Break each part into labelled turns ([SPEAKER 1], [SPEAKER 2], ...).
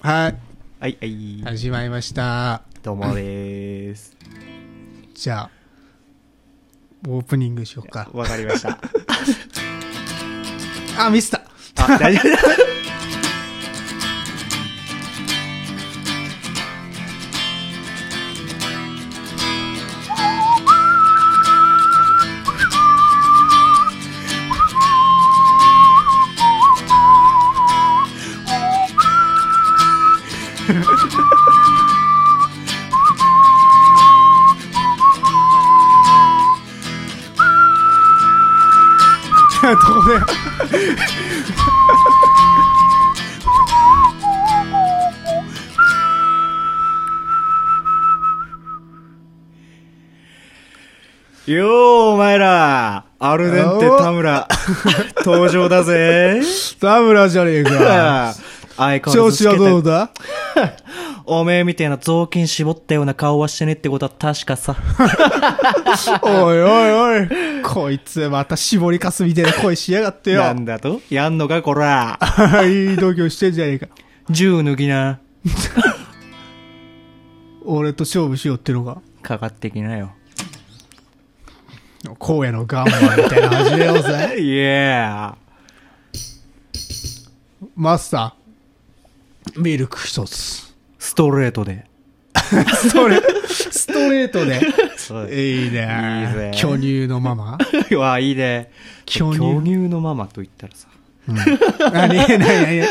[SPEAKER 1] はい。
[SPEAKER 2] はいはい、
[SPEAKER 1] 始まりました。
[SPEAKER 2] どうもでーす
[SPEAKER 1] じゃあ、オープニングしようか。
[SPEAKER 2] わかりま した
[SPEAKER 1] あ、ミスった。
[SPEAKER 2] あ大丈夫だ
[SPEAKER 1] どこで。
[SPEAKER 2] よーお前らアルデンテ田村登場だぜ
[SPEAKER 1] 田村じゃねえ か。
[SPEAKER 2] 相変わら
[SPEAKER 1] 調
[SPEAKER 2] ず
[SPEAKER 1] 子はどう
[SPEAKER 2] だ
[SPEAKER 1] だ
[SPEAKER 2] おめえみたいな雑巾絞ったような顔はしてねえってことは確かさ
[SPEAKER 1] おいおいおい。こいつまた絞りかすみたいな声しやがってよ。
[SPEAKER 2] なんだとやんのかこら
[SPEAKER 1] いい度胸してんじゃねえか。
[SPEAKER 2] 銃脱ぎな
[SPEAKER 1] 俺と勝負しようってのが、
[SPEAKER 2] かかってきなよ
[SPEAKER 1] 荒野のガンマンみたいな始めようぜ。
[SPEAKER 2] イエー
[SPEAKER 1] マスター、ミルク一つ。
[SPEAKER 2] ストレートで
[SPEAKER 1] ストレストレート で。
[SPEAKER 2] そう
[SPEAKER 1] いい
[SPEAKER 2] いい
[SPEAKER 1] ね
[SPEAKER 2] ぜ。
[SPEAKER 1] 巨乳のマ マ
[SPEAKER 2] うわいいね
[SPEAKER 1] 巨乳
[SPEAKER 2] 巨乳のママと言ったらさ
[SPEAKER 1] 何何何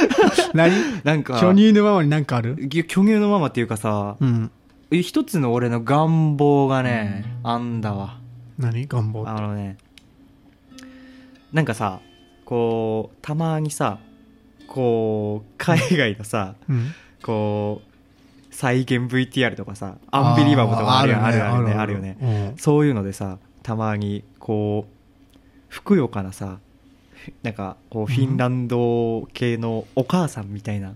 [SPEAKER 1] 何
[SPEAKER 2] なんか
[SPEAKER 1] 巨乳のママに何かある
[SPEAKER 2] ぎ巨乳のママっていうかさ
[SPEAKER 1] うん。
[SPEAKER 2] 一つの俺の願望がね、あんだわ
[SPEAKER 1] 何願望っ
[SPEAKER 2] あ
[SPEAKER 1] て。
[SPEAKER 2] のねなんかさこうたまにさこう海外のさ
[SPEAKER 1] うん。
[SPEAKER 2] こう再現 VTR とかさアンビリバボーとかあるよねあるよねあるよね
[SPEAKER 1] ね。
[SPEAKER 2] そういうのでさたまにこうふくよかなさなんかこうフィンランド系のお母さんみたいな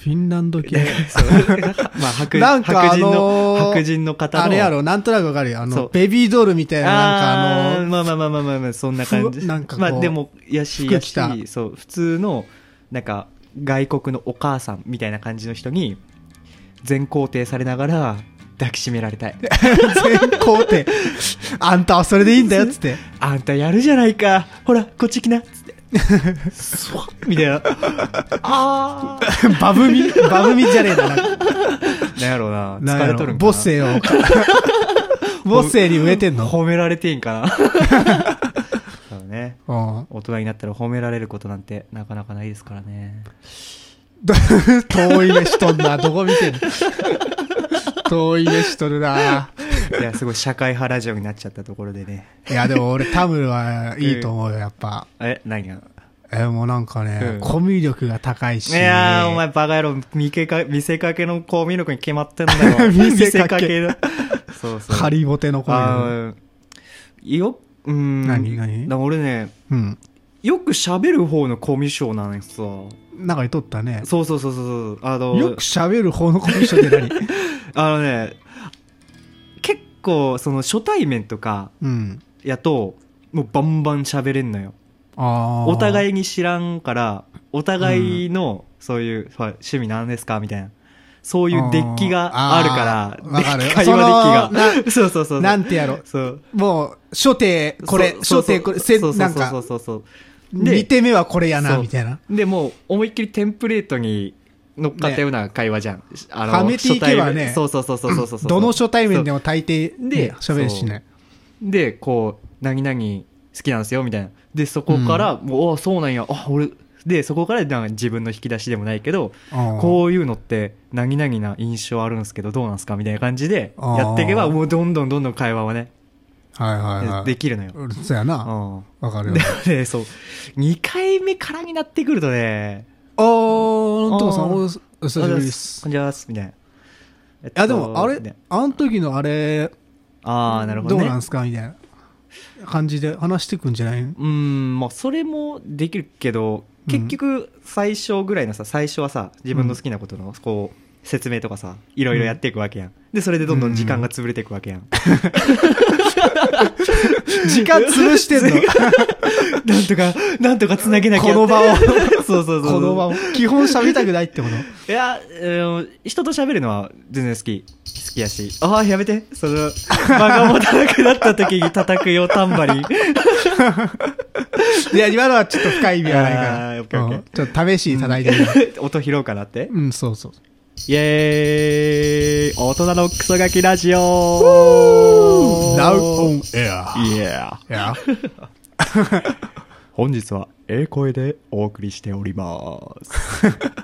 [SPEAKER 1] フィンランド系。
[SPEAKER 2] そう まあ白
[SPEAKER 1] なんか
[SPEAKER 2] 白人の、
[SPEAKER 1] あのー
[SPEAKER 2] 白人の方の。
[SPEAKER 1] あれやろ、なんとなくわかるよ。あ
[SPEAKER 2] そ
[SPEAKER 1] の、
[SPEAKER 2] う
[SPEAKER 1] ベビードールみたいな、なん
[SPEAKER 2] あ
[SPEAKER 1] かあ
[SPEAKER 2] ー
[SPEAKER 1] の、
[SPEAKER 2] まあまあまあまあまあまあ、そんな感
[SPEAKER 1] ふわ
[SPEAKER 2] じ。
[SPEAKER 1] なんかこう
[SPEAKER 2] まあでも、やし、
[SPEAKER 1] 服
[SPEAKER 2] や
[SPEAKER 1] 着た
[SPEAKER 2] し、そう、普通の、なんか、外国のお母さんみたいな感じの人に、全肯定されながら、抱きしめら れたい。
[SPEAKER 1] 全肯定。あんたはそれでいいんだよ、つ って。
[SPEAKER 2] あんたやるじゃないか。ほら、こっち 来な。つって。スワッみたいな。ああ。
[SPEAKER 1] バブミバブミじゃねえななんか。
[SPEAKER 2] なんやろう
[SPEAKER 1] な
[SPEAKER 2] な。
[SPEAKER 1] ん
[SPEAKER 2] 疲
[SPEAKER 1] や
[SPEAKER 2] れ
[SPEAKER 1] ろ
[SPEAKER 2] とるんか
[SPEAKER 1] 母
[SPEAKER 2] な。
[SPEAKER 1] 性を。母性に植えてんの
[SPEAKER 2] 褒められてんかな。 そうね。
[SPEAKER 1] うん。
[SPEAKER 2] 大人になったら褒められることなんてなかなかないですからね
[SPEAKER 1] ど遠い目しとんな。どこ見てんの遠い目しとるな。
[SPEAKER 2] いやすごい社会派ラジオになっちゃったところでね
[SPEAKER 1] いや、でも俺タムはいいと思うよ、やっぱ。
[SPEAKER 2] え何が
[SPEAKER 1] え、もうなんかね
[SPEAKER 2] う、ん
[SPEAKER 1] コミュ力が高いし。
[SPEAKER 2] いやーお前バカ野郎見せか見せかけの公民力に決まってんだよ
[SPEAKER 1] 見せかけ
[SPEAKER 2] 見せかけの そうそう
[SPEAKER 1] ハリボテのコミ
[SPEAKER 2] あ
[SPEAKER 1] ュ力。
[SPEAKER 2] ーようーん
[SPEAKER 1] 何何
[SPEAKER 2] だから俺ね
[SPEAKER 1] うん。
[SPEAKER 2] よく喋る方のコミュ障なんですさ
[SPEAKER 1] なんか言っとったね。
[SPEAKER 2] そうそうそうそうあの
[SPEAKER 1] よく喋る方のコミュ障って 何
[SPEAKER 2] あのね結構その初対面とか
[SPEAKER 1] うん。
[SPEAKER 2] やともうバンバン喋れんのよ
[SPEAKER 1] あ
[SPEAKER 2] お
[SPEAKER 1] い。
[SPEAKER 2] 互いに知らんから、お互いの、そういう、ほら趣味なんですかみたいな。そういうデッキがある
[SPEAKER 1] あーわ
[SPEAKER 2] か、
[SPEAKER 1] からる
[SPEAKER 2] でっかいわ
[SPEAKER 1] その
[SPEAKER 2] デッキ が。そうそうそう。
[SPEAKER 1] なんてやろ。
[SPEAKER 2] そう。
[SPEAKER 1] もう、初手、これ、
[SPEAKER 2] そう
[SPEAKER 1] 初手、これ、せ、
[SPEAKER 2] そう
[SPEAKER 1] なん
[SPEAKER 2] そ
[SPEAKER 1] か
[SPEAKER 2] う、そうそうそう。
[SPEAKER 1] 2
[SPEAKER 2] で、
[SPEAKER 1] 手目はこれやな、
[SPEAKER 2] そう
[SPEAKER 1] みたいな。
[SPEAKER 2] でもう思いっきりテンプレートに乗っかったような会話じゃん。あ
[SPEAKER 1] はめていけばね
[SPEAKER 2] 初対面そうそうそうそうそうそうそう。
[SPEAKER 1] どの初対面でも大抵、ね
[SPEAKER 2] で、
[SPEAKER 1] 喋るしね。
[SPEAKER 2] で、こう、何々好きなんですよ、みたいな。で、そこから、もう、あそうなんや、あ、俺、で、そこからなんか自分の引き出しでもないけど、こういうのって何々な印象あるんですけどどうなんですかみたいな感じで
[SPEAKER 1] あー
[SPEAKER 2] やっていけばもうどんどんどんどん会話はね
[SPEAKER 1] うん。はいはいはい。
[SPEAKER 2] できるのよ。
[SPEAKER 1] うんそうやな。わか
[SPEAKER 2] う
[SPEAKER 1] る
[SPEAKER 2] ん
[SPEAKER 1] よ
[SPEAKER 2] で。でそう2回目からになってくるとね
[SPEAKER 1] おー、なんともさん、
[SPEAKER 2] あー
[SPEAKER 1] お久しぶりです
[SPEAKER 2] こん。にちはみたいな。えっと
[SPEAKER 1] あ、でも、あれ
[SPEAKER 2] ね、
[SPEAKER 1] あの時のあれ、
[SPEAKER 2] ああなるほどね。
[SPEAKER 1] うなんすかみたいな感じで話してくんじゃ ないの
[SPEAKER 2] うんまあそれもできるけど結局最初ぐらいのさ最初はさ自分の好きなことのこう説明とかさいろいろやっていくわけやん。でそれでどんどん時間が潰れていくわけやん。
[SPEAKER 1] 時間潰してんの
[SPEAKER 2] なんとか、なんとかつなげなきゃ。
[SPEAKER 1] この場を
[SPEAKER 2] そうそうそうそう
[SPEAKER 1] このまま基本喋りたくないってこと
[SPEAKER 2] いや、えー人と喋るのは全然好き。好きやし。ああ、やめて。その、間が持たなくなった時に叩くよ、タンバリン。
[SPEAKER 1] いや、今のはちょっと深い意味はないか
[SPEAKER 2] あーオッケー
[SPEAKER 1] ら。
[SPEAKER 2] オッ
[SPEAKER 1] うん
[SPEAKER 2] ケー
[SPEAKER 1] ちょっと試しに叩いてみる。
[SPEAKER 2] 音拾おうかなって。
[SPEAKER 1] うん、そうそう。
[SPEAKER 2] イェーイ大人のクソガキラジオ
[SPEAKER 1] Now on air.
[SPEAKER 2] イエー
[SPEAKER 1] いや、
[SPEAKER 2] 本日は、ええ声でお送りしております。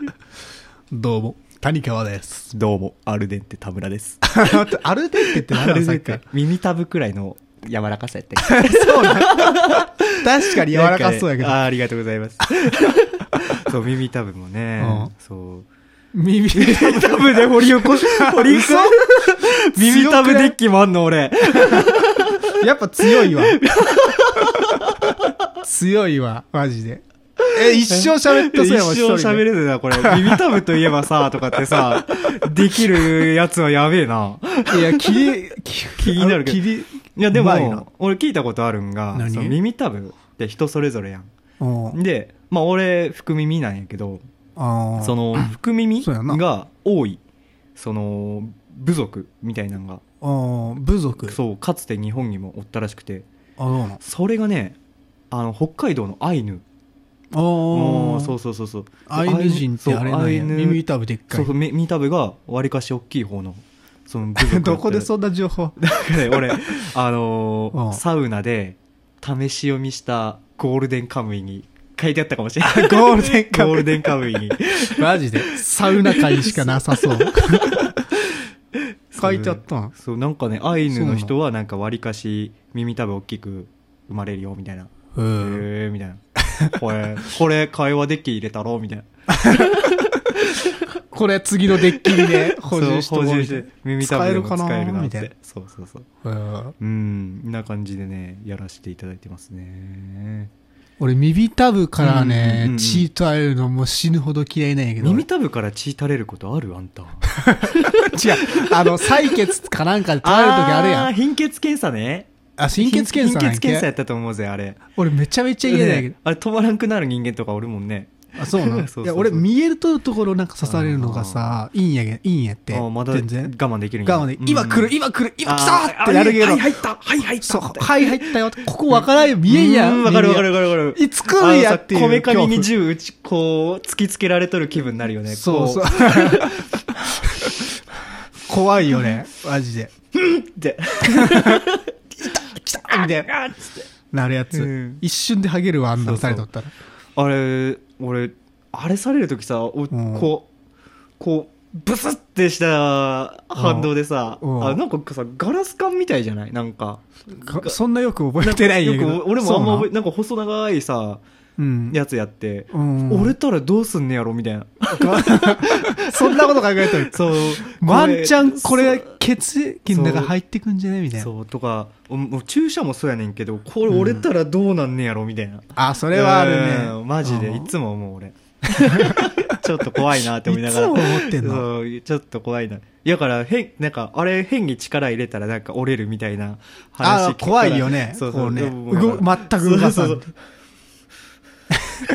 [SPEAKER 1] どうも、谷川 です。
[SPEAKER 2] どうも、アルデンテ田村です。
[SPEAKER 1] アルデンテって何ださっきから。
[SPEAKER 2] 耳たぶくらいの柔らかさやったっけ
[SPEAKER 1] そうだ。 確かに柔らかそうやけど
[SPEAKER 2] なんかね。あーありがとうござい ます。そう、耳たぶもね、
[SPEAKER 1] うん
[SPEAKER 2] そう。
[SPEAKER 1] 耳たぶ
[SPEAKER 2] たぶで掘り起こし、掘り起こ耳たぶデッキもあんの俺。
[SPEAKER 1] やっぱ強いわ。強いわ、マジで。え、一生喋った
[SPEAKER 2] 一
[SPEAKER 1] そうやわ、
[SPEAKER 2] 生
[SPEAKER 1] 一人で
[SPEAKER 2] 喋れるな、これ。耳たぶといえばさ、とかっ てさ、できるやつはやべえな。
[SPEAKER 1] いや、気に、気
[SPEAKER 2] 気になるけど
[SPEAKER 1] あの気に
[SPEAKER 2] いや、で
[SPEAKER 1] うまいな
[SPEAKER 2] も、俺聞いたことあるんが、
[SPEAKER 1] 何
[SPEAKER 2] その耳たぶって人それぞれや
[SPEAKER 1] うん
[SPEAKER 2] ん。で、まあ俺、福耳なんやけど、
[SPEAKER 1] あー
[SPEAKER 2] そ の、福耳
[SPEAKER 1] そうやな
[SPEAKER 2] が多い、その、部族みたいなのが
[SPEAKER 1] あー部族。
[SPEAKER 2] そうかつて日本にもおったらしくて
[SPEAKER 1] あ、どうなの
[SPEAKER 2] それがねあの北海道のアイヌ
[SPEAKER 1] あ
[SPEAKER 2] も
[SPEAKER 1] あ、
[SPEAKER 2] うそうそうそうそう
[SPEAKER 1] アイヌ人ってあれなんや。
[SPEAKER 2] そうアイヌ
[SPEAKER 1] 耳たぶでっか
[SPEAKER 2] そ
[SPEAKER 1] いう
[SPEAKER 2] そ。うみ見た目がわりかし大きい方のその部族だった
[SPEAKER 1] どこでそんな情報
[SPEAKER 2] だから ね俺あのー
[SPEAKER 1] うん
[SPEAKER 2] サウナで試し読みしたゴールデンカムイに書いてあったかもしれな い
[SPEAKER 1] ゴールデンカムイ
[SPEAKER 2] ゴールデンカムイに
[SPEAKER 1] マジで。サウナ界しかなさ そう。書いてあったん
[SPEAKER 2] そうなんかねアイヌの人はなんかわりかし耳たぶ大きく生まれるよみたいな
[SPEAKER 1] うん。
[SPEAKER 2] へえみたいな。これ、これ会話デッキ入れたろみたいな。
[SPEAKER 1] これ次のデッキにね、補充して
[SPEAKER 2] そう
[SPEAKER 1] もら
[SPEAKER 2] 補充
[SPEAKER 1] う
[SPEAKER 2] して、耳たぶでも使えるなっ
[SPEAKER 1] みたいな
[SPEAKER 2] て。そうそうそう。
[SPEAKER 1] うん
[SPEAKER 2] うん、んな感じでね、やらせていただいてますね。
[SPEAKER 1] 俺、耳たぶから
[SPEAKER 2] うんうんうんう
[SPEAKER 1] ね
[SPEAKER 2] ん、
[SPEAKER 1] 血とあえるのもう死ぬほど嫌いなんやけど。
[SPEAKER 2] 耳たぶから血垂れることあるあんた。
[SPEAKER 1] 違う。あの、採血かなんかで取られる時 あるや
[SPEAKER 2] ー
[SPEAKER 1] ん。
[SPEAKER 2] 貧血検査ね。
[SPEAKER 1] あ、貧血検査
[SPEAKER 2] 貧
[SPEAKER 1] な
[SPEAKER 2] 血
[SPEAKER 1] ん
[SPEAKER 2] 検査や
[SPEAKER 1] け
[SPEAKER 2] ったと思うぜ、あれ。
[SPEAKER 1] 俺めちゃめちゃ嫌だけ
[SPEAKER 2] ねあれ止まらんくなる人間とかおるもんね。
[SPEAKER 1] ど。あ、そうな
[SPEAKER 2] そうそうそ
[SPEAKER 1] の
[SPEAKER 2] う
[SPEAKER 1] いや、俺、見えるとところなんか刺されるのがさ、いいんやけ、いいんやって。
[SPEAKER 2] あーまだ我
[SPEAKER 1] 全然。
[SPEAKER 2] 慢できるんや
[SPEAKER 1] 我慢で、今来る、今来る、今来たって
[SPEAKER 2] や
[SPEAKER 1] やるけど
[SPEAKER 2] はい、入ったはい入った
[SPEAKER 1] そう、はい、入ったよ。ここ分からんよ。見えんや。
[SPEAKER 2] うんんわかるわかる
[SPEAKER 1] 見
[SPEAKER 2] わかるわ
[SPEAKER 1] えんや
[SPEAKER 2] か
[SPEAKER 1] ん。
[SPEAKER 2] る。
[SPEAKER 1] いつ来るんやっていう。
[SPEAKER 2] こめかみに
[SPEAKER 1] 恐
[SPEAKER 2] 銃打ち、こう、突きつけられとる気分になるよね。
[SPEAKER 1] 怖そうそう
[SPEAKER 2] こ。
[SPEAKER 1] 怖いよね。マジで。
[SPEAKER 2] う。って。
[SPEAKER 1] 来たみたいな。
[SPEAKER 2] あっつって
[SPEAKER 1] なるやつ。
[SPEAKER 2] うん
[SPEAKER 1] 一瞬でハゲるわ、あんな
[SPEAKER 2] そ
[SPEAKER 1] の
[SPEAKER 2] うそう
[SPEAKER 1] されとったら。
[SPEAKER 2] あれ、俺、あれされるときさ、お
[SPEAKER 1] ん
[SPEAKER 2] こう、こう、ブスってした反動でさ、
[SPEAKER 1] うんうん
[SPEAKER 2] あなんかさ、ガラス管みたいじゃないなんか。
[SPEAKER 1] かそんなよく覚えてないんやけど。
[SPEAKER 2] よく俺もあんま覚え
[SPEAKER 1] え
[SPEAKER 2] なんか細長いさ、
[SPEAKER 1] うん。
[SPEAKER 2] やつやって、
[SPEAKER 1] うん
[SPEAKER 2] 折れたらどうすんねやろみたいな。
[SPEAKER 1] そんなこと考え とる。
[SPEAKER 2] そう。
[SPEAKER 1] ワンチャン、これ
[SPEAKER 2] そう、
[SPEAKER 1] 血液の中入ってくんじゃねみたいな。
[SPEAKER 2] そうとかおもう注射もそうやねんけどこれ折れたらどうなんねやろみたいな、
[SPEAKER 1] あ、それはある
[SPEAKER 2] う
[SPEAKER 1] ね。
[SPEAKER 2] んマジで
[SPEAKER 1] うん
[SPEAKER 2] いつも思う俺 ちょっと怖いなって思いながら
[SPEAKER 1] いつも思ってんの
[SPEAKER 2] そうちょっと怖いなだから変なんかあれ変に力入れたらなんか折れるみたいな話
[SPEAKER 1] あ
[SPEAKER 2] 聞くから
[SPEAKER 1] 怖いよね。
[SPEAKER 2] そう
[SPEAKER 1] こ
[SPEAKER 2] そうう
[SPEAKER 1] ね。
[SPEAKER 2] でもも
[SPEAKER 1] 動
[SPEAKER 2] うなんか
[SPEAKER 1] 全く動かさ
[SPEAKER 2] そ
[SPEAKER 1] ん
[SPEAKER 2] う。そうそう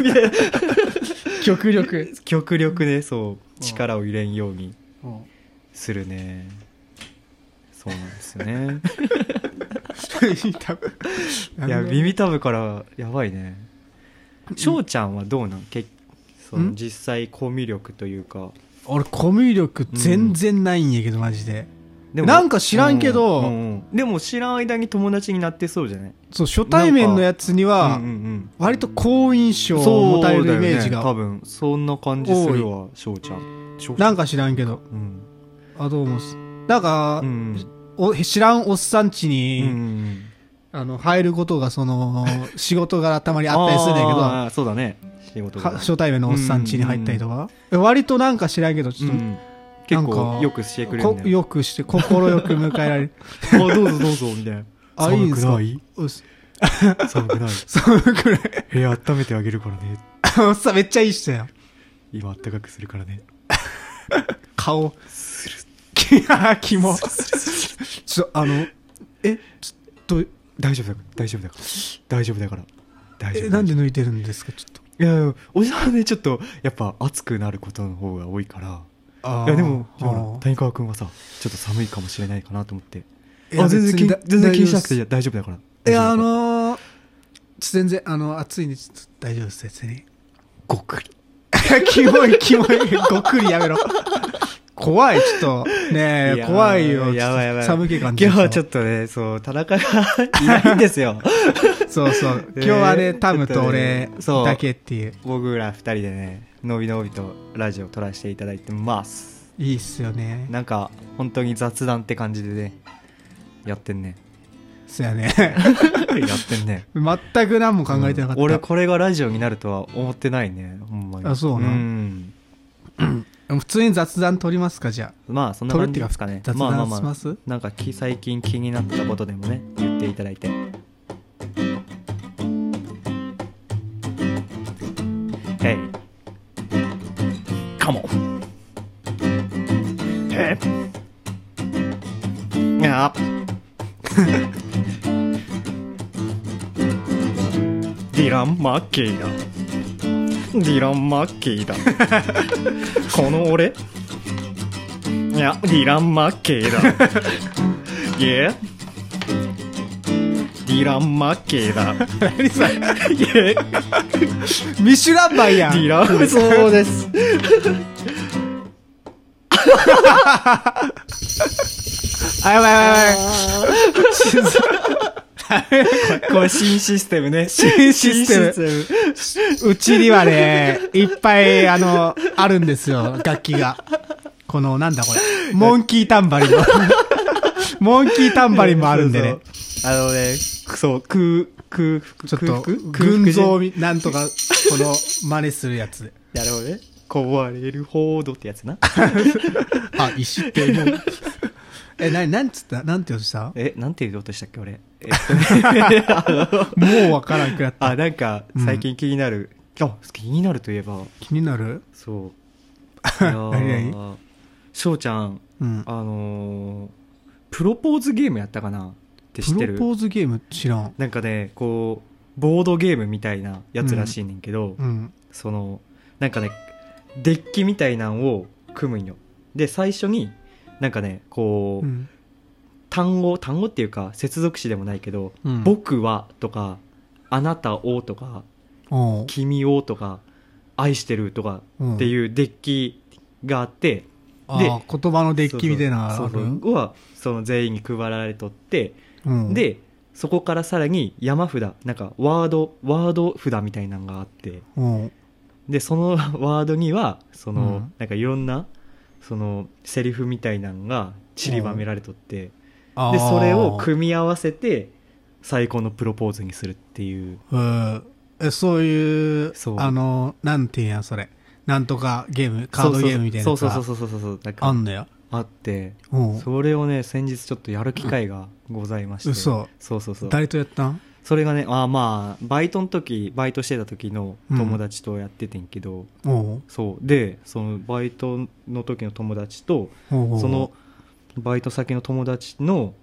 [SPEAKER 2] みたいな
[SPEAKER 1] 極力。
[SPEAKER 2] 極力ねそう力を入れんようにするねそうなんですよね
[SPEAKER 1] 多分
[SPEAKER 2] いや耳たぶからやばいね翔ちゃんはどうなんけその
[SPEAKER 1] ん
[SPEAKER 2] 実際コミュ力というか
[SPEAKER 1] 俺、コミュ力全然ないんやけど、マジで。
[SPEAKER 2] でも
[SPEAKER 1] なんか知らんけど
[SPEAKER 2] ううんでも知らん間に友達になってそうじゃない
[SPEAKER 1] そう、初対面のやつに
[SPEAKER 2] う
[SPEAKER 1] は
[SPEAKER 2] んう、ん
[SPEAKER 1] 割と好印
[SPEAKER 2] う
[SPEAKER 1] 象
[SPEAKER 2] ん
[SPEAKER 1] を持たれるイメー
[SPEAKER 2] そう
[SPEAKER 1] ジ
[SPEAKER 2] だよね
[SPEAKER 1] が。
[SPEAKER 2] 多分そんな感じするわ翔ちゃん翔ちゃ
[SPEAKER 1] なんか知らんけど。
[SPEAKER 2] うん
[SPEAKER 1] あ、どうもっす。なんか
[SPEAKER 2] う、ん
[SPEAKER 1] お知らんおっさん家
[SPEAKER 2] う
[SPEAKER 1] に、
[SPEAKER 2] ん
[SPEAKER 1] あの、入ることが、そ の、仕事がたまにあったりするんだけど、
[SPEAKER 2] あーそうだね仕事
[SPEAKER 1] は
[SPEAKER 2] が
[SPEAKER 1] 初対面のおっさん家に入ったりとか、割となんか知らんけど、ち
[SPEAKER 2] う
[SPEAKER 1] ょっと、
[SPEAKER 2] ん結
[SPEAKER 1] なん
[SPEAKER 2] 構
[SPEAKER 1] か
[SPEAKER 2] よくしてくれるん
[SPEAKER 1] こ
[SPEAKER 2] だよ
[SPEAKER 1] よくして、快く迎えられる。
[SPEAKER 2] あどうぞどう ぞみたいな
[SPEAKER 1] あ、いいんすか
[SPEAKER 2] 寒く
[SPEAKER 1] おっす
[SPEAKER 2] ない寒くない
[SPEAKER 1] 寒くない。
[SPEAKER 2] 部屋温めてあげるからね
[SPEAKER 1] おっさんめっちゃいい人やん。
[SPEAKER 2] 今あったかくするからね
[SPEAKER 1] 顔。いや、 キモ。ちょ、あの、え、ちょっと、
[SPEAKER 2] 大丈夫だから大丈夫だから大丈夫だから大
[SPEAKER 1] え、なんで抜いてるんですか、ちょっと。
[SPEAKER 2] いやおじさんはねちょっとやっぱ熱くなることの方が多いから
[SPEAKER 1] あー
[SPEAKER 2] いやでも
[SPEAKER 1] あ
[SPEAKER 2] ほら
[SPEAKER 1] ー
[SPEAKER 2] 谷川君はさちょっと寒いかもしれないかなと思って
[SPEAKER 1] いや
[SPEAKER 2] あ全然
[SPEAKER 1] 別
[SPEAKER 2] 気に
[SPEAKER 1] だ
[SPEAKER 2] 全然気にしなくて
[SPEAKER 1] 大
[SPEAKER 2] い
[SPEAKER 1] 丈
[SPEAKER 2] や大丈夫だから
[SPEAKER 1] 夫ですいやあ
[SPEAKER 2] 大丈夫だか
[SPEAKER 1] のーちょっと全然あの暑いんでちょっと大丈夫です別に
[SPEAKER 2] らごっくり
[SPEAKER 1] キモいキモいごっくりやめろ怖いちょっとねえ
[SPEAKER 2] いや
[SPEAKER 1] 怖いよ
[SPEAKER 2] やばいやばい
[SPEAKER 1] 寒気感じ
[SPEAKER 2] 今日はちょ
[SPEAKER 1] っ
[SPEAKER 2] っとねそう田中がいないんですよ
[SPEAKER 1] とそうそう
[SPEAKER 2] え
[SPEAKER 1] 今
[SPEAKER 2] ー
[SPEAKER 1] 日はねタムと俺
[SPEAKER 2] ちょっとねそう
[SPEAKER 1] だけっていう
[SPEAKER 2] 僕ら二人でねのびのびとラジオ撮らせていただいてます
[SPEAKER 1] いいっすよね
[SPEAKER 2] なんか本当に雑談って感じでねやっ てんね
[SPEAKER 1] そうやね
[SPEAKER 2] やってんね
[SPEAKER 1] 全く何も考えてなかった、
[SPEAKER 2] うん俺これがラジオになるとは思ってないねほんまに
[SPEAKER 1] あそうなん普通に雑談取りますかじゃ
[SPEAKER 2] まあそん
[SPEAKER 1] あ
[SPEAKER 2] な
[SPEAKER 1] 取る
[SPEAKER 2] 感
[SPEAKER 1] って
[SPEAKER 2] じ
[SPEAKER 1] いう
[SPEAKER 2] で
[SPEAKER 1] か
[SPEAKER 2] すか
[SPEAKER 1] 雑
[SPEAKER 2] ねまあまあ
[SPEAKER 1] 談
[SPEAKER 2] ま
[SPEAKER 1] し
[SPEAKER 2] あ
[SPEAKER 1] ます、
[SPEAKER 2] なんかき最近気になったことでもね言っていただいてヘイカモンヘイ やーディラン・マッキーだディラン・マッキーだ この俺いや、ディラン・マッケイだ。いや、ディラン・マッケイ だ。
[SPEAKER 1] 何それ
[SPEAKER 2] いえ、デ
[SPEAKER 1] ミシュランマンやん
[SPEAKER 2] ィラン、そうです。
[SPEAKER 1] あやばいやばいやばい
[SPEAKER 2] これ新システムね。
[SPEAKER 1] 新システム
[SPEAKER 2] 新システム
[SPEAKER 1] うちにはね、 いっぱい、あの、あるんですよ、楽器が。この、なんだこれ。モンキータンバ リンも。モンキータンバリンもあるんでね。
[SPEAKER 2] そうそうあのね、そう、空、空腹、
[SPEAKER 1] ちょっ
[SPEAKER 2] 空
[SPEAKER 1] と
[SPEAKER 2] 腹、
[SPEAKER 1] 群像
[SPEAKER 2] 空腹じ
[SPEAKER 1] み、なんとか、この、真似するやつで。
[SPEAKER 2] ゃなるほどね。壊れるほどってやつな。
[SPEAKER 1] あ、石って、も う。え、な、なんつったなんて言うとしたも
[SPEAKER 2] え、なんて言おうとしたっけ、俺。えっとねあの
[SPEAKER 1] うわからんくなった。
[SPEAKER 2] あ、なんか、最近気になる。あ、気になるといえば、
[SPEAKER 1] 気になる
[SPEAKER 2] そういや
[SPEAKER 1] 何
[SPEAKER 2] ー翔ちゃん
[SPEAKER 1] うん。
[SPEAKER 2] あのープロポーズゲームやったかなって知っ
[SPEAKER 1] プ
[SPEAKER 2] て
[SPEAKER 1] ロ
[SPEAKER 2] る
[SPEAKER 1] ポーズゲーム知らん。
[SPEAKER 2] なんかねこうボードゲームみたいなやつらしいねんけど、
[SPEAKER 1] うん。
[SPEAKER 2] そのなんかねデッキみたいなんを組むんよで最初になんかねこう、
[SPEAKER 1] うん
[SPEAKER 2] 単語単語っていうか接続詞でもないけど「
[SPEAKER 1] うん
[SPEAKER 2] 僕は」とか「あなたを」とか
[SPEAKER 1] おう
[SPEAKER 2] 「君を」とか「愛してる」とか
[SPEAKER 1] うん
[SPEAKER 2] っていうデッキがあって、
[SPEAKER 1] あ
[SPEAKER 2] で
[SPEAKER 1] ー言葉のデッキみたいなの
[SPEAKER 2] そ
[SPEAKER 1] あ
[SPEAKER 2] うそう
[SPEAKER 1] る
[SPEAKER 2] そうはその全員に配られとって、
[SPEAKER 1] うん、
[SPEAKER 2] でそこからさらに山札なんかワードワード札みたいなのがあって
[SPEAKER 1] うん。
[SPEAKER 2] でその ワードにはその、
[SPEAKER 1] うん
[SPEAKER 2] なんかいろんなそのセリフみたいなのが散りばめられとって、
[SPEAKER 1] あー
[SPEAKER 2] でそれを組み合わせて最高のプロポーズにするっていう
[SPEAKER 1] うんえそういう
[SPEAKER 2] そう
[SPEAKER 1] あのなんていうんやそれなんとかゲームカードゲームみたいな
[SPEAKER 2] そ
[SPEAKER 1] や
[SPEAKER 2] う
[SPEAKER 1] つ
[SPEAKER 2] そう
[SPEAKER 1] が
[SPEAKER 2] そうそうそうそうそうな
[SPEAKER 1] あ
[SPEAKER 2] んか
[SPEAKER 1] んのや
[SPEAKER 2] あって
[SPEAKER 1] うん
[SPEAKER 2] それをね先日ちょっとやる機会がございまして、
[SPEAKER 1] 嘘
[SPEAKER 2] そうそうそう
[SPEAKER 1] 誰とやったん
[SPEAKER 2] それがねあーまあバイトの時バイトしてた時の友達とやっててんけど、
[SPEAKER 1] おう
[SPEAKER 2] そうでそのバイトの時の友達と
[SPEAKER 1] おう
[SPEAKER 2] そのバイト先の友達の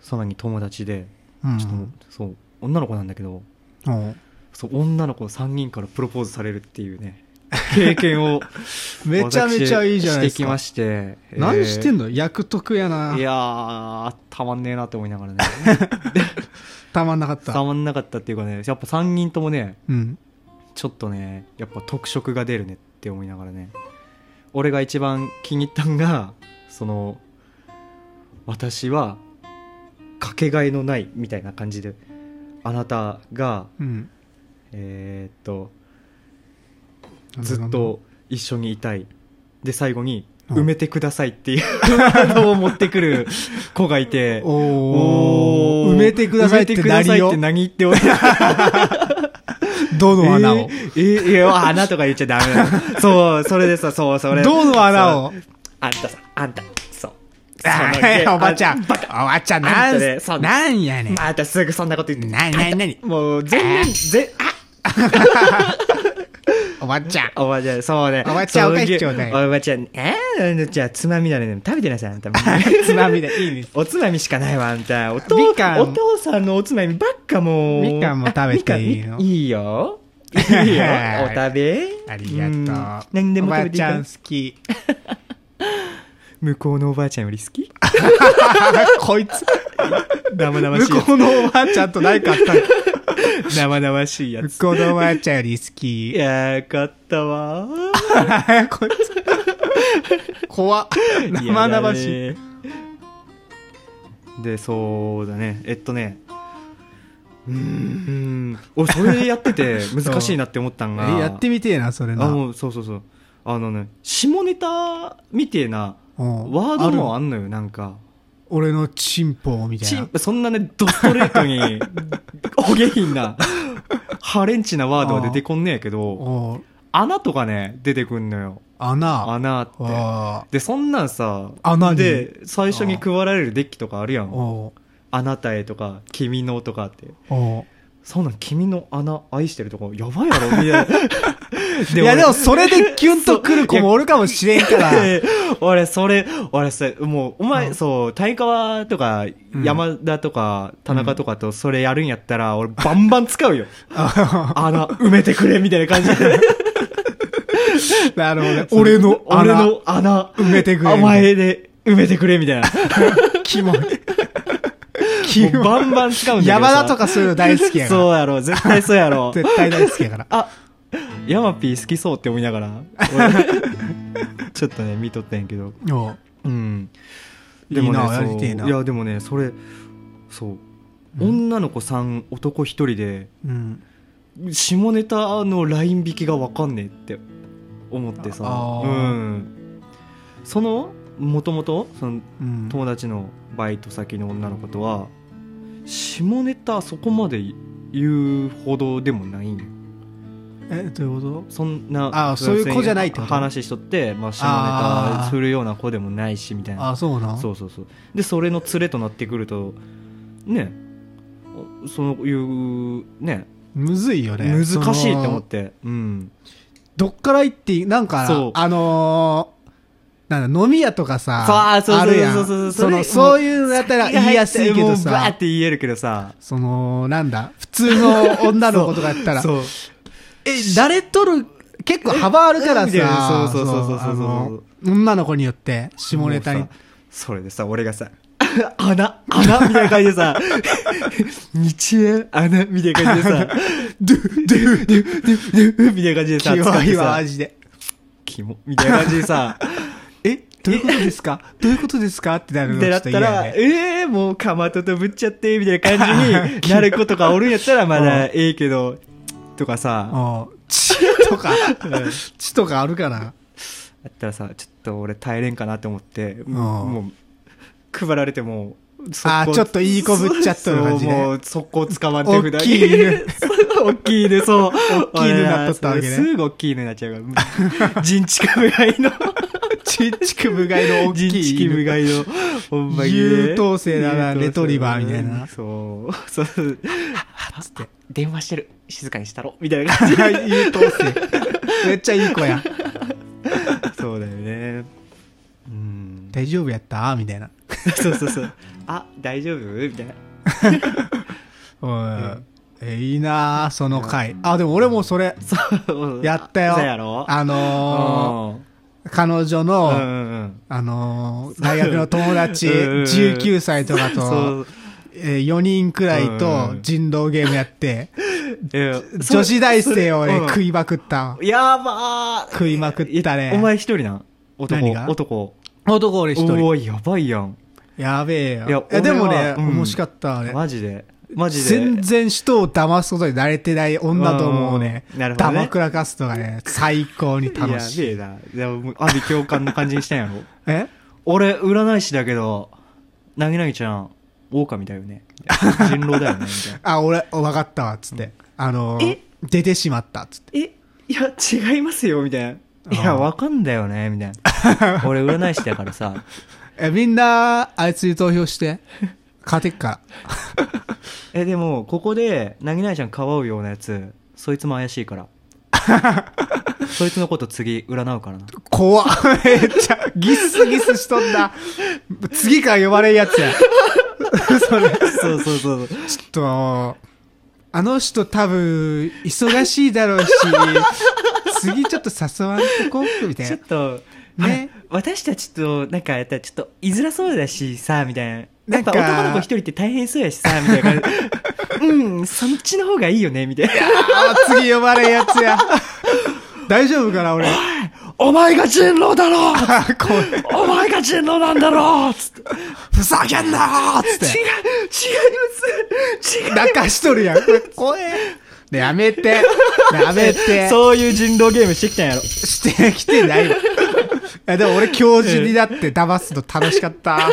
[SPEAKER 2] さらに友達で
[SPEAKER 1] うん
[SPEAKER 2] ちょっと、そう女の子なんだけど
[SPEAKER 1] おう
[SPEAKER 2] そう女の子3人からプロポーズされるってい うね経験を
[SPEAKER 1] めちゃめちゃいいじゃないで
[SPEAKER 2] 私して
[SPEAKER 1] す
[SPEAKER 2] きま
[SPEAKER 1] か
[SPEAKER 2] して
[SPEAKER 1] 何して
[SPEAKER 2] ん
[SPEAKER 1] んの役得やない
[SPEAKER 2] やーたまんねえなって思いなが らね
[SPEAKER 1] たまんなかった
[SPEAKER 2] たまんなかったっていうかねやっぱ3人ともね
[SPEAKER 1] うん
[SPEAKER 2] ちょっとねやっぱ特色が出るねって思いながらね俺が一番気に入ったんがその私はかけがえのないみたいな感じであなたが
[SPEAKER 1] うん
[SPEAKER 2] えーっとずっと一緒にいたいで最後に
[SPEAKER 1] うん
[SPEAKER 2] 埋めてくださいっていう のを持ってくる子がいて
[SPEAKER 1] おお
[SPEAKER 2] おー
[SPEAKER 1] 埋めてくださいって
[SPEAKER 2] 埋めてくだ
[SPEAKER 1] 何
[SPEAKER 2] さいっ
[SPEAKER 1] よ
[SPEAKER 2] て何って俺
[SPEAKER 1] どの穴
[SPEAKER 2] え
[SPEAKER 1] を
[SPEAKER 2] ーえーいや、穴とか言っちゃダメだ よ。そう、それでさ、そう、それ。
[SPEAKER 1] どの穴を
[SPEAKER 2] そうあんたさ、あんた、そう。
[SPEAKER 1] あ
[SPEAKER 2] そのゲ
[SPEAKER 1] ー おばちゃん
[SPEAKER 2] あ
[SPEAKER 1] おばちゃん
[SPEAKER 2] あ
[SPEAKER 1] な
[SPEAKER 2] んたねそ
[SPEAKER 1] ん
[SPEAKER 2] う
[SPEAKER 1] なんやねん
[SPEAKER 2] またすぐそんなこと言って。
[SPEAKER 1] なになになに
[SPEAKER 2] もう、全然、全、
[SPEAKER 1] おばちゃん
[SPEAKER 2] あ、おばちゃん、そうね。
[SPEAKER 1] おばちゃん
[SPEAKER 2] その
[SPEAKER 1] お菓子
[SPEAKER 2] げ
[SPEAKER 1] ちょうだい
[SPEAKER 2] おばちゃん、えーじゃあ、つまみだね。食べてなさい、あん た。
[SPEAKER 1] つまみでいいです
[SPEAKER 2] おつまみしかないわ、あんた。お父
[SPEAKER 1] みかん
[SPEAKER 2] お父さんのおつまみばっかもう。
[SPEAKER 1] みかんも食べていいの
[SPEAKER 2] あみかんみいいよ。いいよお食べ
[SPEAKER 1] ありがとう。
[SPEAKER 2] ん何でも食べていい
[SPEAKER 1] おばあちゃ
[SPEAKER 2] か
[SPEAKER 1] ん
[SPEAKER 2] ら
[SPEAKER 1] 好き。
[SPEAKER 2] 向こうのおばあちゃんより好き
[SPEAKER 1] こい つ、
[SPEAKER 2] 生々しい
[SPEAKER 1] 向こうのおばあちゃんと何かあったの
[SPEAKER 2] 生々しいや
[SPEAKER 1] 向
[SPEAKER 2] つ
[SPEAKER 1] こうのおばあちゃんより好
[SPEAKER 2] い
[SPEAKER 1] き。
[SPEAKER 2] やよかったわ ー
[SPEAKER 1] こいつ。怖っ生々しい。
[SPEAKER 2] いやだねでそうだねえっとねうーん俺それでやってて難しいなって思ったんが
[SPEAKER 1] えやってみてえな、それ
[SPEAKER 2] あ
[SPEAKER 1] な。
[SPEAKER 2] もうそうそうそうあのね下ネタみてえな
[SPEAKER 1] うん
[SPEAKER 2] ワードも
[SPEAKER 1] あ
[SPEAKER 2] あ
[SPEAKER 1] る
[SPEAKER 2] んのよなんか
[SPEAKER 1] 俺のチンポみたい
[SPEAKER 2] チン
[SPEAKER 1] な。
[SPEAKER 2] プそんなねドストレート にお下品なハレンチなワードは出てこんねやけど
[SPEAKER 1] おう
[SPEAKER 2] 穴とかね出てくんのよ
[SPEAKER 1] 穴。
[SPEAKER 2] 穴って
[SPEAKER 1] あ
[SPEAKER 2] でそんなんさ
[SPEAKER 1] 穴に
[SPEAKER 2] で最初に配られるデッキとかあるや
[SPEAKER 1] ー
[SPEAKER 2] ん
[SPEAKER 1] おう
[SPEAKER 2] 「あなたへ」とか「君の」とかって
[SPEAKER 1] おう
[SPEAKER 2] そんなん「君の穴愛してる」とかやばいやろみたい な
[SPEAKER 1] いや、でもそれでキュンとくる子もおるかもしれんから。
[SPEAKER 2] 俺俺それ俺それもうお前、
[SPEAKER 1] うん
[SPEAKER 2] そう大川とか
[SPEAKER 1] うん
[SPEAKER 2] 山田とか田中とかとそれやるんやったら、俺バンバン使うよ穴埋めてくれみたいな感じで
[SPEAKER 1] なるほどね。 俺の穴、
[SPEAKER 2] 俺の穴
[SPEAKER 1] 埋めてくれ
[SPEAKER 2] お前で埋めてくれ みたいな
[SPEAKER 1] キモい。キ
[SPEAKER 2] もう
[SPEAKER 1] モ
[SPEAKER 2] バンバン使う
[SPEAKER 1] い。
[SPEAKER 2] んだけど
[SPEAKER 1] 山田と
[SPEAKER 2] か
[SPEAKER 1] かそういうの大好きやから。
[SPEAKER 2] そうやろ絶対そう やろ
[SPEAKER 1] 絶対大好きやから。
[SPEAKER 2] あヤマピー好きそうって思いながら俺 ちょっとね見とったんやけど
[SPEAKER 1] おう
[SPEAKER 2] うん
[SPEAKER 1] いいな
[SPEAKER 2] そう
[SPEAKER 1] やりてえない
[SPEAKER 2] やでもねそれそう、
[SPEAKER 1] うん
[SPEAKER 2] 女の子さん男一人で
[SPEAKER 1] うん。
[SPEAKER 2] 下ネタのライン引きが分かんねえって思ってさ
[SPEAKER 1] あ
[SPEAKER 2] う
[SPEAKER 1] ー
[SPEAKER 2] んそのもともとその
[SPEAKER 1] うん。
[SPEAKER 2] 友達のバイト先の女の子とは下ネタそこまで言うほどでもないんよ
[SPEAKER 1] え、どういうこ
[SPEAKER 2] そんな
[SPEAKER 1] あーそういう子じゃないってこと
[SPEAKER 2] 話しとって、まあ、下ネ
[SPEAKER 1] あ
[SPEAKER 2] タ
[SPEAKER 1] ー
[SPEAKER 2] するような子でもないしみたいな
[SPEAKER 1] とあ、そうなん
[SPEAKER 2] そうそうそうでそれの連れとなってくるとねおそういうね
[SPEAKER 1] むずいよね。
[SPEAKER 2] 難しいって思っ
[SPEAKER 1] その
[SPEAKER 2] てうん
[SPEAKER 1] どっから行っていいなん
[SPEAKER 2] そう
[SPEAKER 1] か、あのー、なんだ、飲み屋とかさ、
[SPEAKER 2] そうあ
[SPEAKER 1] あ
[SPEAKER 2] そう
[SPEAKER 1] るやん
[SPEAKER 2] そうそうそうそ
[SPEAKER 1] そ
[SPEAKER 2] れ
[SPEAKER 1] の、そういうのやったら言いやすいけど
[SPEAKER 2] もうバー
[SPEAKER 1] さ
[SPEAKER 2] っ、て言えるけどさ
[SPEAKER 1] その、なんだ、普通の女の子とかやったら、
[SPEAKER 2] そう
[SPEAKER 1] え、誰とる、結構幅あるから
[SPEAKER 2] みたいな
[SPEAKER 1] さ、
[SPEAKER 2] そうそうそうそうそう
[SPEAKER 1] あの女の子によって、下ネタ
[SPEAKER 2] も
[SPEAKER 1] に
[SPEAKER 2] うさ。それでさ俺がさ 穴穴みたいな感じでさ 日英穴みたいな感じで さドゥドゥドゥドゥドゥみたいな感じでさ
[SPEAKER 1] キ
[SPEAKER 2] 使
[SPEAKER 1] モ
[SPEAKER 2] っ
[SPEAKER 1] い
[SPEAKER 2] て
[SPEAKER 1] わ、
[SPEAKER 2] さ
[SPEAKER 1] マジで。
[SPEAKER 2] キモみたいな感じで さ
[SPEAKER 1] え、どういうことですかどういうことですかってなるの
[SPEAKER 2] っ
[SPEAKER 1] ち
[SPEAKER 2] て
[SPEAKER 1] ょ
[SPEAKER 2] な
[SPEAKER 1] っ
[SPEAKER 2] っ
[SPEAKER 1] と嫌
[SPEAKER 2] た
[SPEAKER 1] や
[SPEAKER 2] ら、
[SPEAKER 1] ね。
[SPEAKER 2] ええー、もうかまととぶっちゃって、みたいな 感じになる子とかおるんやったら まだええけど、とかさ、
[SPEAKER 1] うん血とか、血とかあるかな
[SPEAKER 2] あったらさ、ちょっと俺耐えれんかなって思って、
[SPEAKER 1] ん
[SPEAKER 2] もう、配られても、
[SPEAKER 1] あーちょっといい子ぶっちゃっとる感じね
[SPEAKER 2] そうもう、速攻捕まって
[SPEAKER 1] 大きい犬。
[SPEAKER 2] 大きい犬、そう。
[SPEAKER 1] 大きい犬なっとったわけね
[SPEAKER 2] 俺すぐ大きい犬になっちゃうから。人畜無害の。
[SPEAKER 1] ちんちく無害の大きい
[SPEAKER 2] 人
[SPEAKER 1] 犬。
[SPEAKER 2] 畜無害の。ほんまにね
[SPEAKER 1] 優等生だなレトリバーみたいな
[SPEAKER 2] そう。そう。
[SPEAKER 1] つって。
[SPEAKER 2] 電話してる静かにしたろみたいな感じ
[SPEAKER 1] 優等生。めっちゃいい子 や。
[SPEAKER 2] そうだよねうん
[SPEAKER 1] 大丈夫やったみたいな。
[SPEAKER 2] そうそうそうあ大丈夫みたいな
[SPEAKER 1] うん。え、いいなあその回。あ、でも俺もそれ、
[SPEAKER 2] そう
[SPEAKER 1] やったよ。
[SPEAKER 2] そうやろ
[SPEAKER 1] あの
[SPEAKER 2] うん
[SPEAKER 1] ー、彼女
[SPEAKER 2] うん
[SPEAKER 1] の、
[SPEAKER 2] うん
[SPEAKER 1] あのー、大学の友達、
[SPEAKER 2] うんうん
[SPEAKER 1] 19歳とか
[SPEAKER 2] そ
[SPEAKER 1] と
[SPEAKER 2] う、
[SPEAKER 1] えー4人くらいと人狼ゲームやって、
[SPEAKER 2] いや それ
[SPEAKER 1] 女子大生をね、
[SPEAKER 2] それうん
[SPEAKER 1] 食いまくったわ。
[SPEAKER 2] やばー
[SPEAKER 1] 食いまくったね
[SPEAKER 2] えお前一人なん男
[SPEAKER 1] 何が
[SPEAKER 2] 男
[SPEAKER 1] 男俺一人。
[SPEAKER 2] おーやばいやん
[SPEAKER 1] やべえよ。
[SPEAKER 2] い
[SPEAKER 1] い
[SPEAKER 2] や
[SPEAKER 1] や、
[SPEAKER 2] 俺は
[SPEAKER 1] でもね、
[SPEAKER 2] うん
[SPEAKER 1] 面白かったわね。
[SPEAKER 2] マジでマジで
[SPEAKER 1] 全然人を騙すことに慣れてない女ともうね、
[SPEAKER 2] うんなるほどね
[SPEAKER 1] 騙くらかすのがね、最高に楽しい。
[SPEAKER 2] やべえなでも阿炎共感の感じにしたんやろ
[SPEAKER 1] え
[SPEAKER 2] 俺占い師だけどなぎなぎちゃん狼だよね人狼だよねみたいな
[SPEAKER 1] あ、俺、分かったわ、つって。あのー
[SPEAKER 2] え、
[SPEAKER 1] 出てしまった、つって。
[SPEAKER 2] えいや違いますよみたい
[SPEAKER 1] あ
[SPEAKER 2] な
[SPEAKER 1] ー
[SPEAKER 2] いやわかんだよねみたい な俺占い師だからさ
[SPEAKER 1] え、みんな、あいつに投票 して。勝てっから。
[SPEAKER 2] えでもここでなぎなぎちゃんかばうようなやつそいつも怪しいから そいつのこと次占うからな
[SPEAKER 1] 怖っ。めっちゃ、ギスギスしとんな。次から呼ばれんやつや。それ、ちょ
[SPEAKER 2] そうそうそう
[SPEAKER 1] っと、ああの人多分、忙しいだろうし、次ちょっと誘わんとこみたい
[SPEAKER 2] ちょ
[SPEAKER 1] な
[SPEAKER 2] っ。と、
[SPEAKER 1] ね
[SPEAKER 2] ね、私たちと、なんかやったらちょっと、居づらそうだし、さ、みたいな。やっ
[SPEAKER 1] な
[SPEAKER 2] ぱ
[SPEAKER 1] んか
[SPEAKER 2] 男の子一人って大変そうやしさ、みたいな感 じ。うん、そっちの方がいいよね、みたいな。
[SPEAKER 1] あー次呼ばれんやつや。大丈夫かな、俺。
[SPEAKER 2] お前が人狼だろ
[SPEAKER 1] あーこう
[SPEAKER 2] お前が人狼なんだろつって。
[SPEAKER 1] ふざけんなーっつって。
[SPEAKER 2] 違います違
[SPEAKER 1] 泣かしとるやん。怖え。ねやめて。やめて。
[SPEAKER 2] そういう人狼ゲームしてきたんやろ。
[SPEAKER 1] してきて ないよ。いやでも俺教授になって騙すの楽しかった。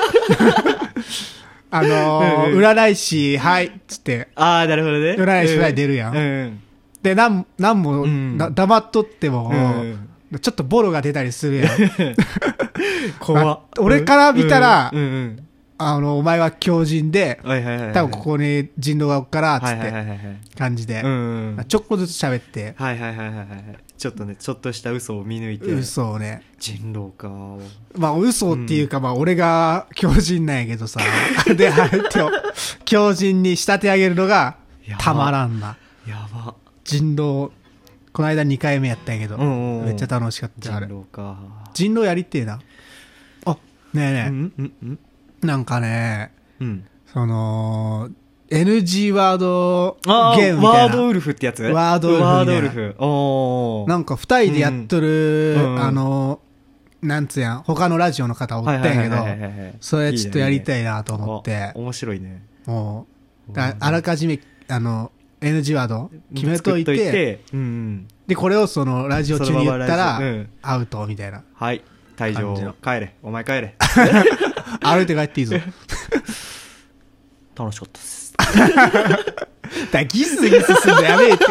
[SPEAKER 1] あのー
[SPEAKER 2] うんうん
[SPEAKER 1] 占い師、はい、っつって。
[SPEAKER 2] ああ、なるほどね。
[SPEAKER 1] 占い師は出るやん
[SPEAKER 2] うん。
[SPEAKER 1] で、なん、なんも、
[SPEAKER 2] うん
[SPEAKER 1] な黙っとっても、ちょっとボロが出たりするや ん。
[SPEAKER 2] 怖っ
[SPEAKER 1] あ俺から見たら
[SPEAKER 2] うんうん
[SPEAKER 1] あの、お前は狂人で
[SPEAKER 2] う、ん。はいはいはいはい。
[SPEAKER 1] 多分ここに人狼が置くから、つ
[SPEAKER 2] はい
[SPEAKER 1] っ
[SPEAKER 2] はいは
[SPEAKER 1] て
[SPEAKER 2] いはい。
[SPEAKER 1] 感じで
[SPEAKER 2] うん、うん。
[SPEAKER 1] ちょっこずつ喋って、
[SPEAKER 2] はいはいはいはいはいはいちょっとねちょっとした嘘を見抜いて
[SPEAKER 1] 嘘をね。
[SPEAKER 2] 人狼か
[SPEAKER 1] まあ、嘘っていうか、まあ、俺が狂人なんやけどさ。 で、相手を狂人に仕立て上げるのが
[SPEAKER 2] や、ば
[SPEAKER 1] たまらんな。
[SPEAKER 2] やば
[SPEAKER 1] 人狼、この間2回目やったんやけど、
[SPEAKER 2] うんうんうん
[SPEAKER 1] めっちゃ楽しかった、
[SPEAKER 2] 人
[SPEAKER 1] あれ。
[SPEAKER 2] 狼か
[SPEAKER 1] 人狼やりてえな。あ、ねえ
[SPEAKER 2] う
[SPEAKER 1] ね
[SPEAKER 2] んうんうん
[SPEAKER 1] え、なんかね、
[SPEAKER 2] うん
[SPEAKER 1] その、NG ワード
[SPEAKER 2] あ
[SPEAKER 1] ゲーム
[SPEAKER 2] ー
[SPEAKER 1] みたい
[SPEAKER 2] ワード
[SPEAKER 1] な。
[SPEAKER 2] ウルフってやつ
[SPEAKER 1] ワードウルフみたいな
[SPEAKER 2] ワードウルフおー
[SPEAKER 1] なんか二人でやっとる、
[SPEAKER 2] うんうん
[SPEAKER 1] あの、なんつうやん、他のラジオの方おったんやけど
[SPEAKER 2] はいはいはいはいはいはい、
[SPEAKER 1] それちょっとやりたいなと
[SPEAKER 2] いいね
[SPEAKER 1] 思って。
[SPEAKER 2] あ面白いね
[SPEAKER 1] もう、だあらかじめ、あの、NG ワード決めといて、
[SPEAKER 2] 作っうんうん
[SPEAKER 1] で、これをその、ラジオ中に言ったら
[SPEAKER 2] その場はラジオうん、
[SPEAKER 1] アウトみたいな。
[SPEAKER 2] はい退
[SPEAKER 1] 感じの
[SPEAKER 2] 場帰れお前帰れ
[SPEAKER 1] 歩いて帰ってい いぞ。
[SPEAKER 2] 楽しかったっ す
[SPEAKER 1] だ、ギスギスすんのやべえって。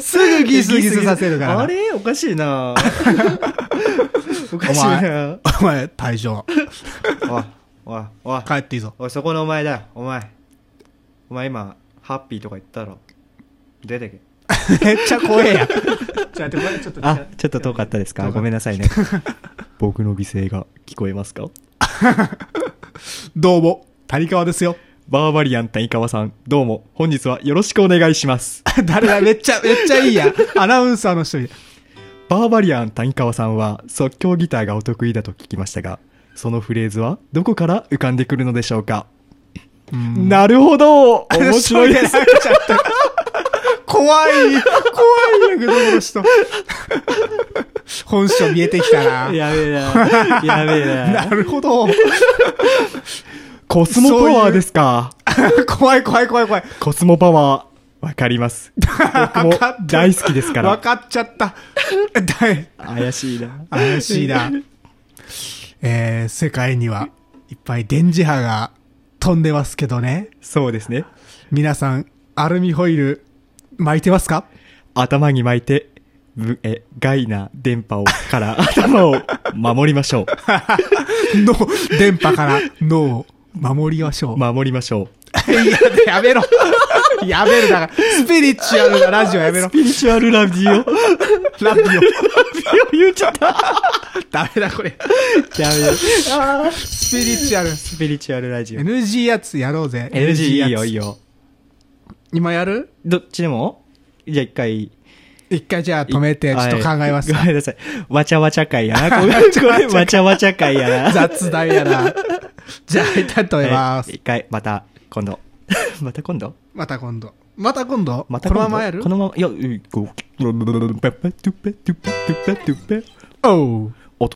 [SPEAKER 1] すぐギスギスさせるからな。
[SPEAKER 2] あれ おかしいなおかしい
[SPEAKER 1] お
[SPEAKER 2] な
[SPEAKER 1] 前、お前、退場。
[SPEAKER 2] おいおいおい
[SPEAKER 1] 帰っていいぞ。
[SPEAKER 2] おいそこのお前だお前お前今ハッピーとか言ったろ出てけ
[SPEAKER 1] めっちゃ怖えやん。ちょ、待って、これちょっと。
[SPEAKER 2] あちょっと遠かったです
[SPEAKER 1] 遠
[SPEAKER 2] か
[SPEAKER 1] かった
[SPEAKER 2] ごめんなさいね 僕の美声が聞こえますか
[SPEAKER 1] どうも、谷川ですよ。
[SPEAKER 2] バーバリアン谷川さんどうも本日はよろしくお願いします
[SPEAKER 1] 誰だ、めっちゃ、めっちゃいいや ん。アナウンサーの人に。
[SPEAKER 2] バーバリアン谷川さんは即興ギターがお得意だと聞きましたがそのフレーズはどこから浮かんでくるのでしょうかなるほど面白いです
[SPEAKER 1] そうじゃなくちゃっ た怖い、怖いんやけど、この人。本性見えてきたな。
[SPEAKER 2] やべえなやべえ
[SPEAKER 1] なるほど。
[SPEAKER 2] コスモパワーですか
[SPEAKER 1] 怖い怖い怖い怖い。
[SPEAKER 2] コスモパワー、わかります。僕も
[SPEAKER 1] わかった
[SPEAKER 2] 大好きですか
[SPEAKER 1] 分
[SPEAKER 2] ら。
[SPEAKER 1] かっちゃった。大
[SPEAKER 2] 怪しいな。
[SPEAKER 1] 怪しいな。えー、世界にはいっぱい電磁波が飛んでますけどね。
[SPEAKER 2] そうですね。
[SPEAKER 1] 皆さん、アルミホイル巻いてますか
[SPEAKER 2] 頭に巻いて、ぶえ、害な電波を、から頭を守りましょ
[SPEAKER 1] の、電波から脳を守りましょう
[SPEAKER 2] う。。守りましょう。
[SPEAKER 1] いや、やめろ。やめるだから。スピリチュアルなラジオやめろ
[SPEAKER 2] ス。ピリチュアルラジオ。ラジ
[SPEAKER 1] ラジオ。
[SPEAKER 2] オ言っちゃった。
[SPEAKER 1] ダメだ、これ。
[SPEAKER 2] やめよう
[SPEAKER 1] スピリチュアル。
[SPEAKER 2] スピリチュアルラジオ。
[SPEAKER 1] NG やつやろうぜ。
[SPEAKER 2] LG いい
[SPEAKER 1] や
[SPEAKER 2] よ
[SPEAKER 1] つ
[SPEAKER 2] いい。よ。
[SPEAKER 1] 今やる
[SPEAKER 2] どっちでもじゃあ一回。
[SPEAKER 1] 一回じゃあ止めて、ちょっと考えます
[SPEAKER 2] は。いごめんなさい。わちゃわちゃ会やな。ごめんごめんわちゃわちゃ会やな。
[SPEAKER 1] 雑談や な。じゃあ、一旦止めま
[SPEAKER 2] はい
[SPEAKER 1] す。
[SPEAKER 2] 一回、また、今度。また今度
[SPEAKER 1] また今度。また今度
[SPEAKER 2] また
[SPEAKER 1] こ
[SPEAKER 2] 今
[SPEAKER 1] の
[SPEAKER 2] 度
[SPEAKER 1] ままやる
[SPEAKER 2] このまま、いや、うんこう。
[SPEAKER 1] おう。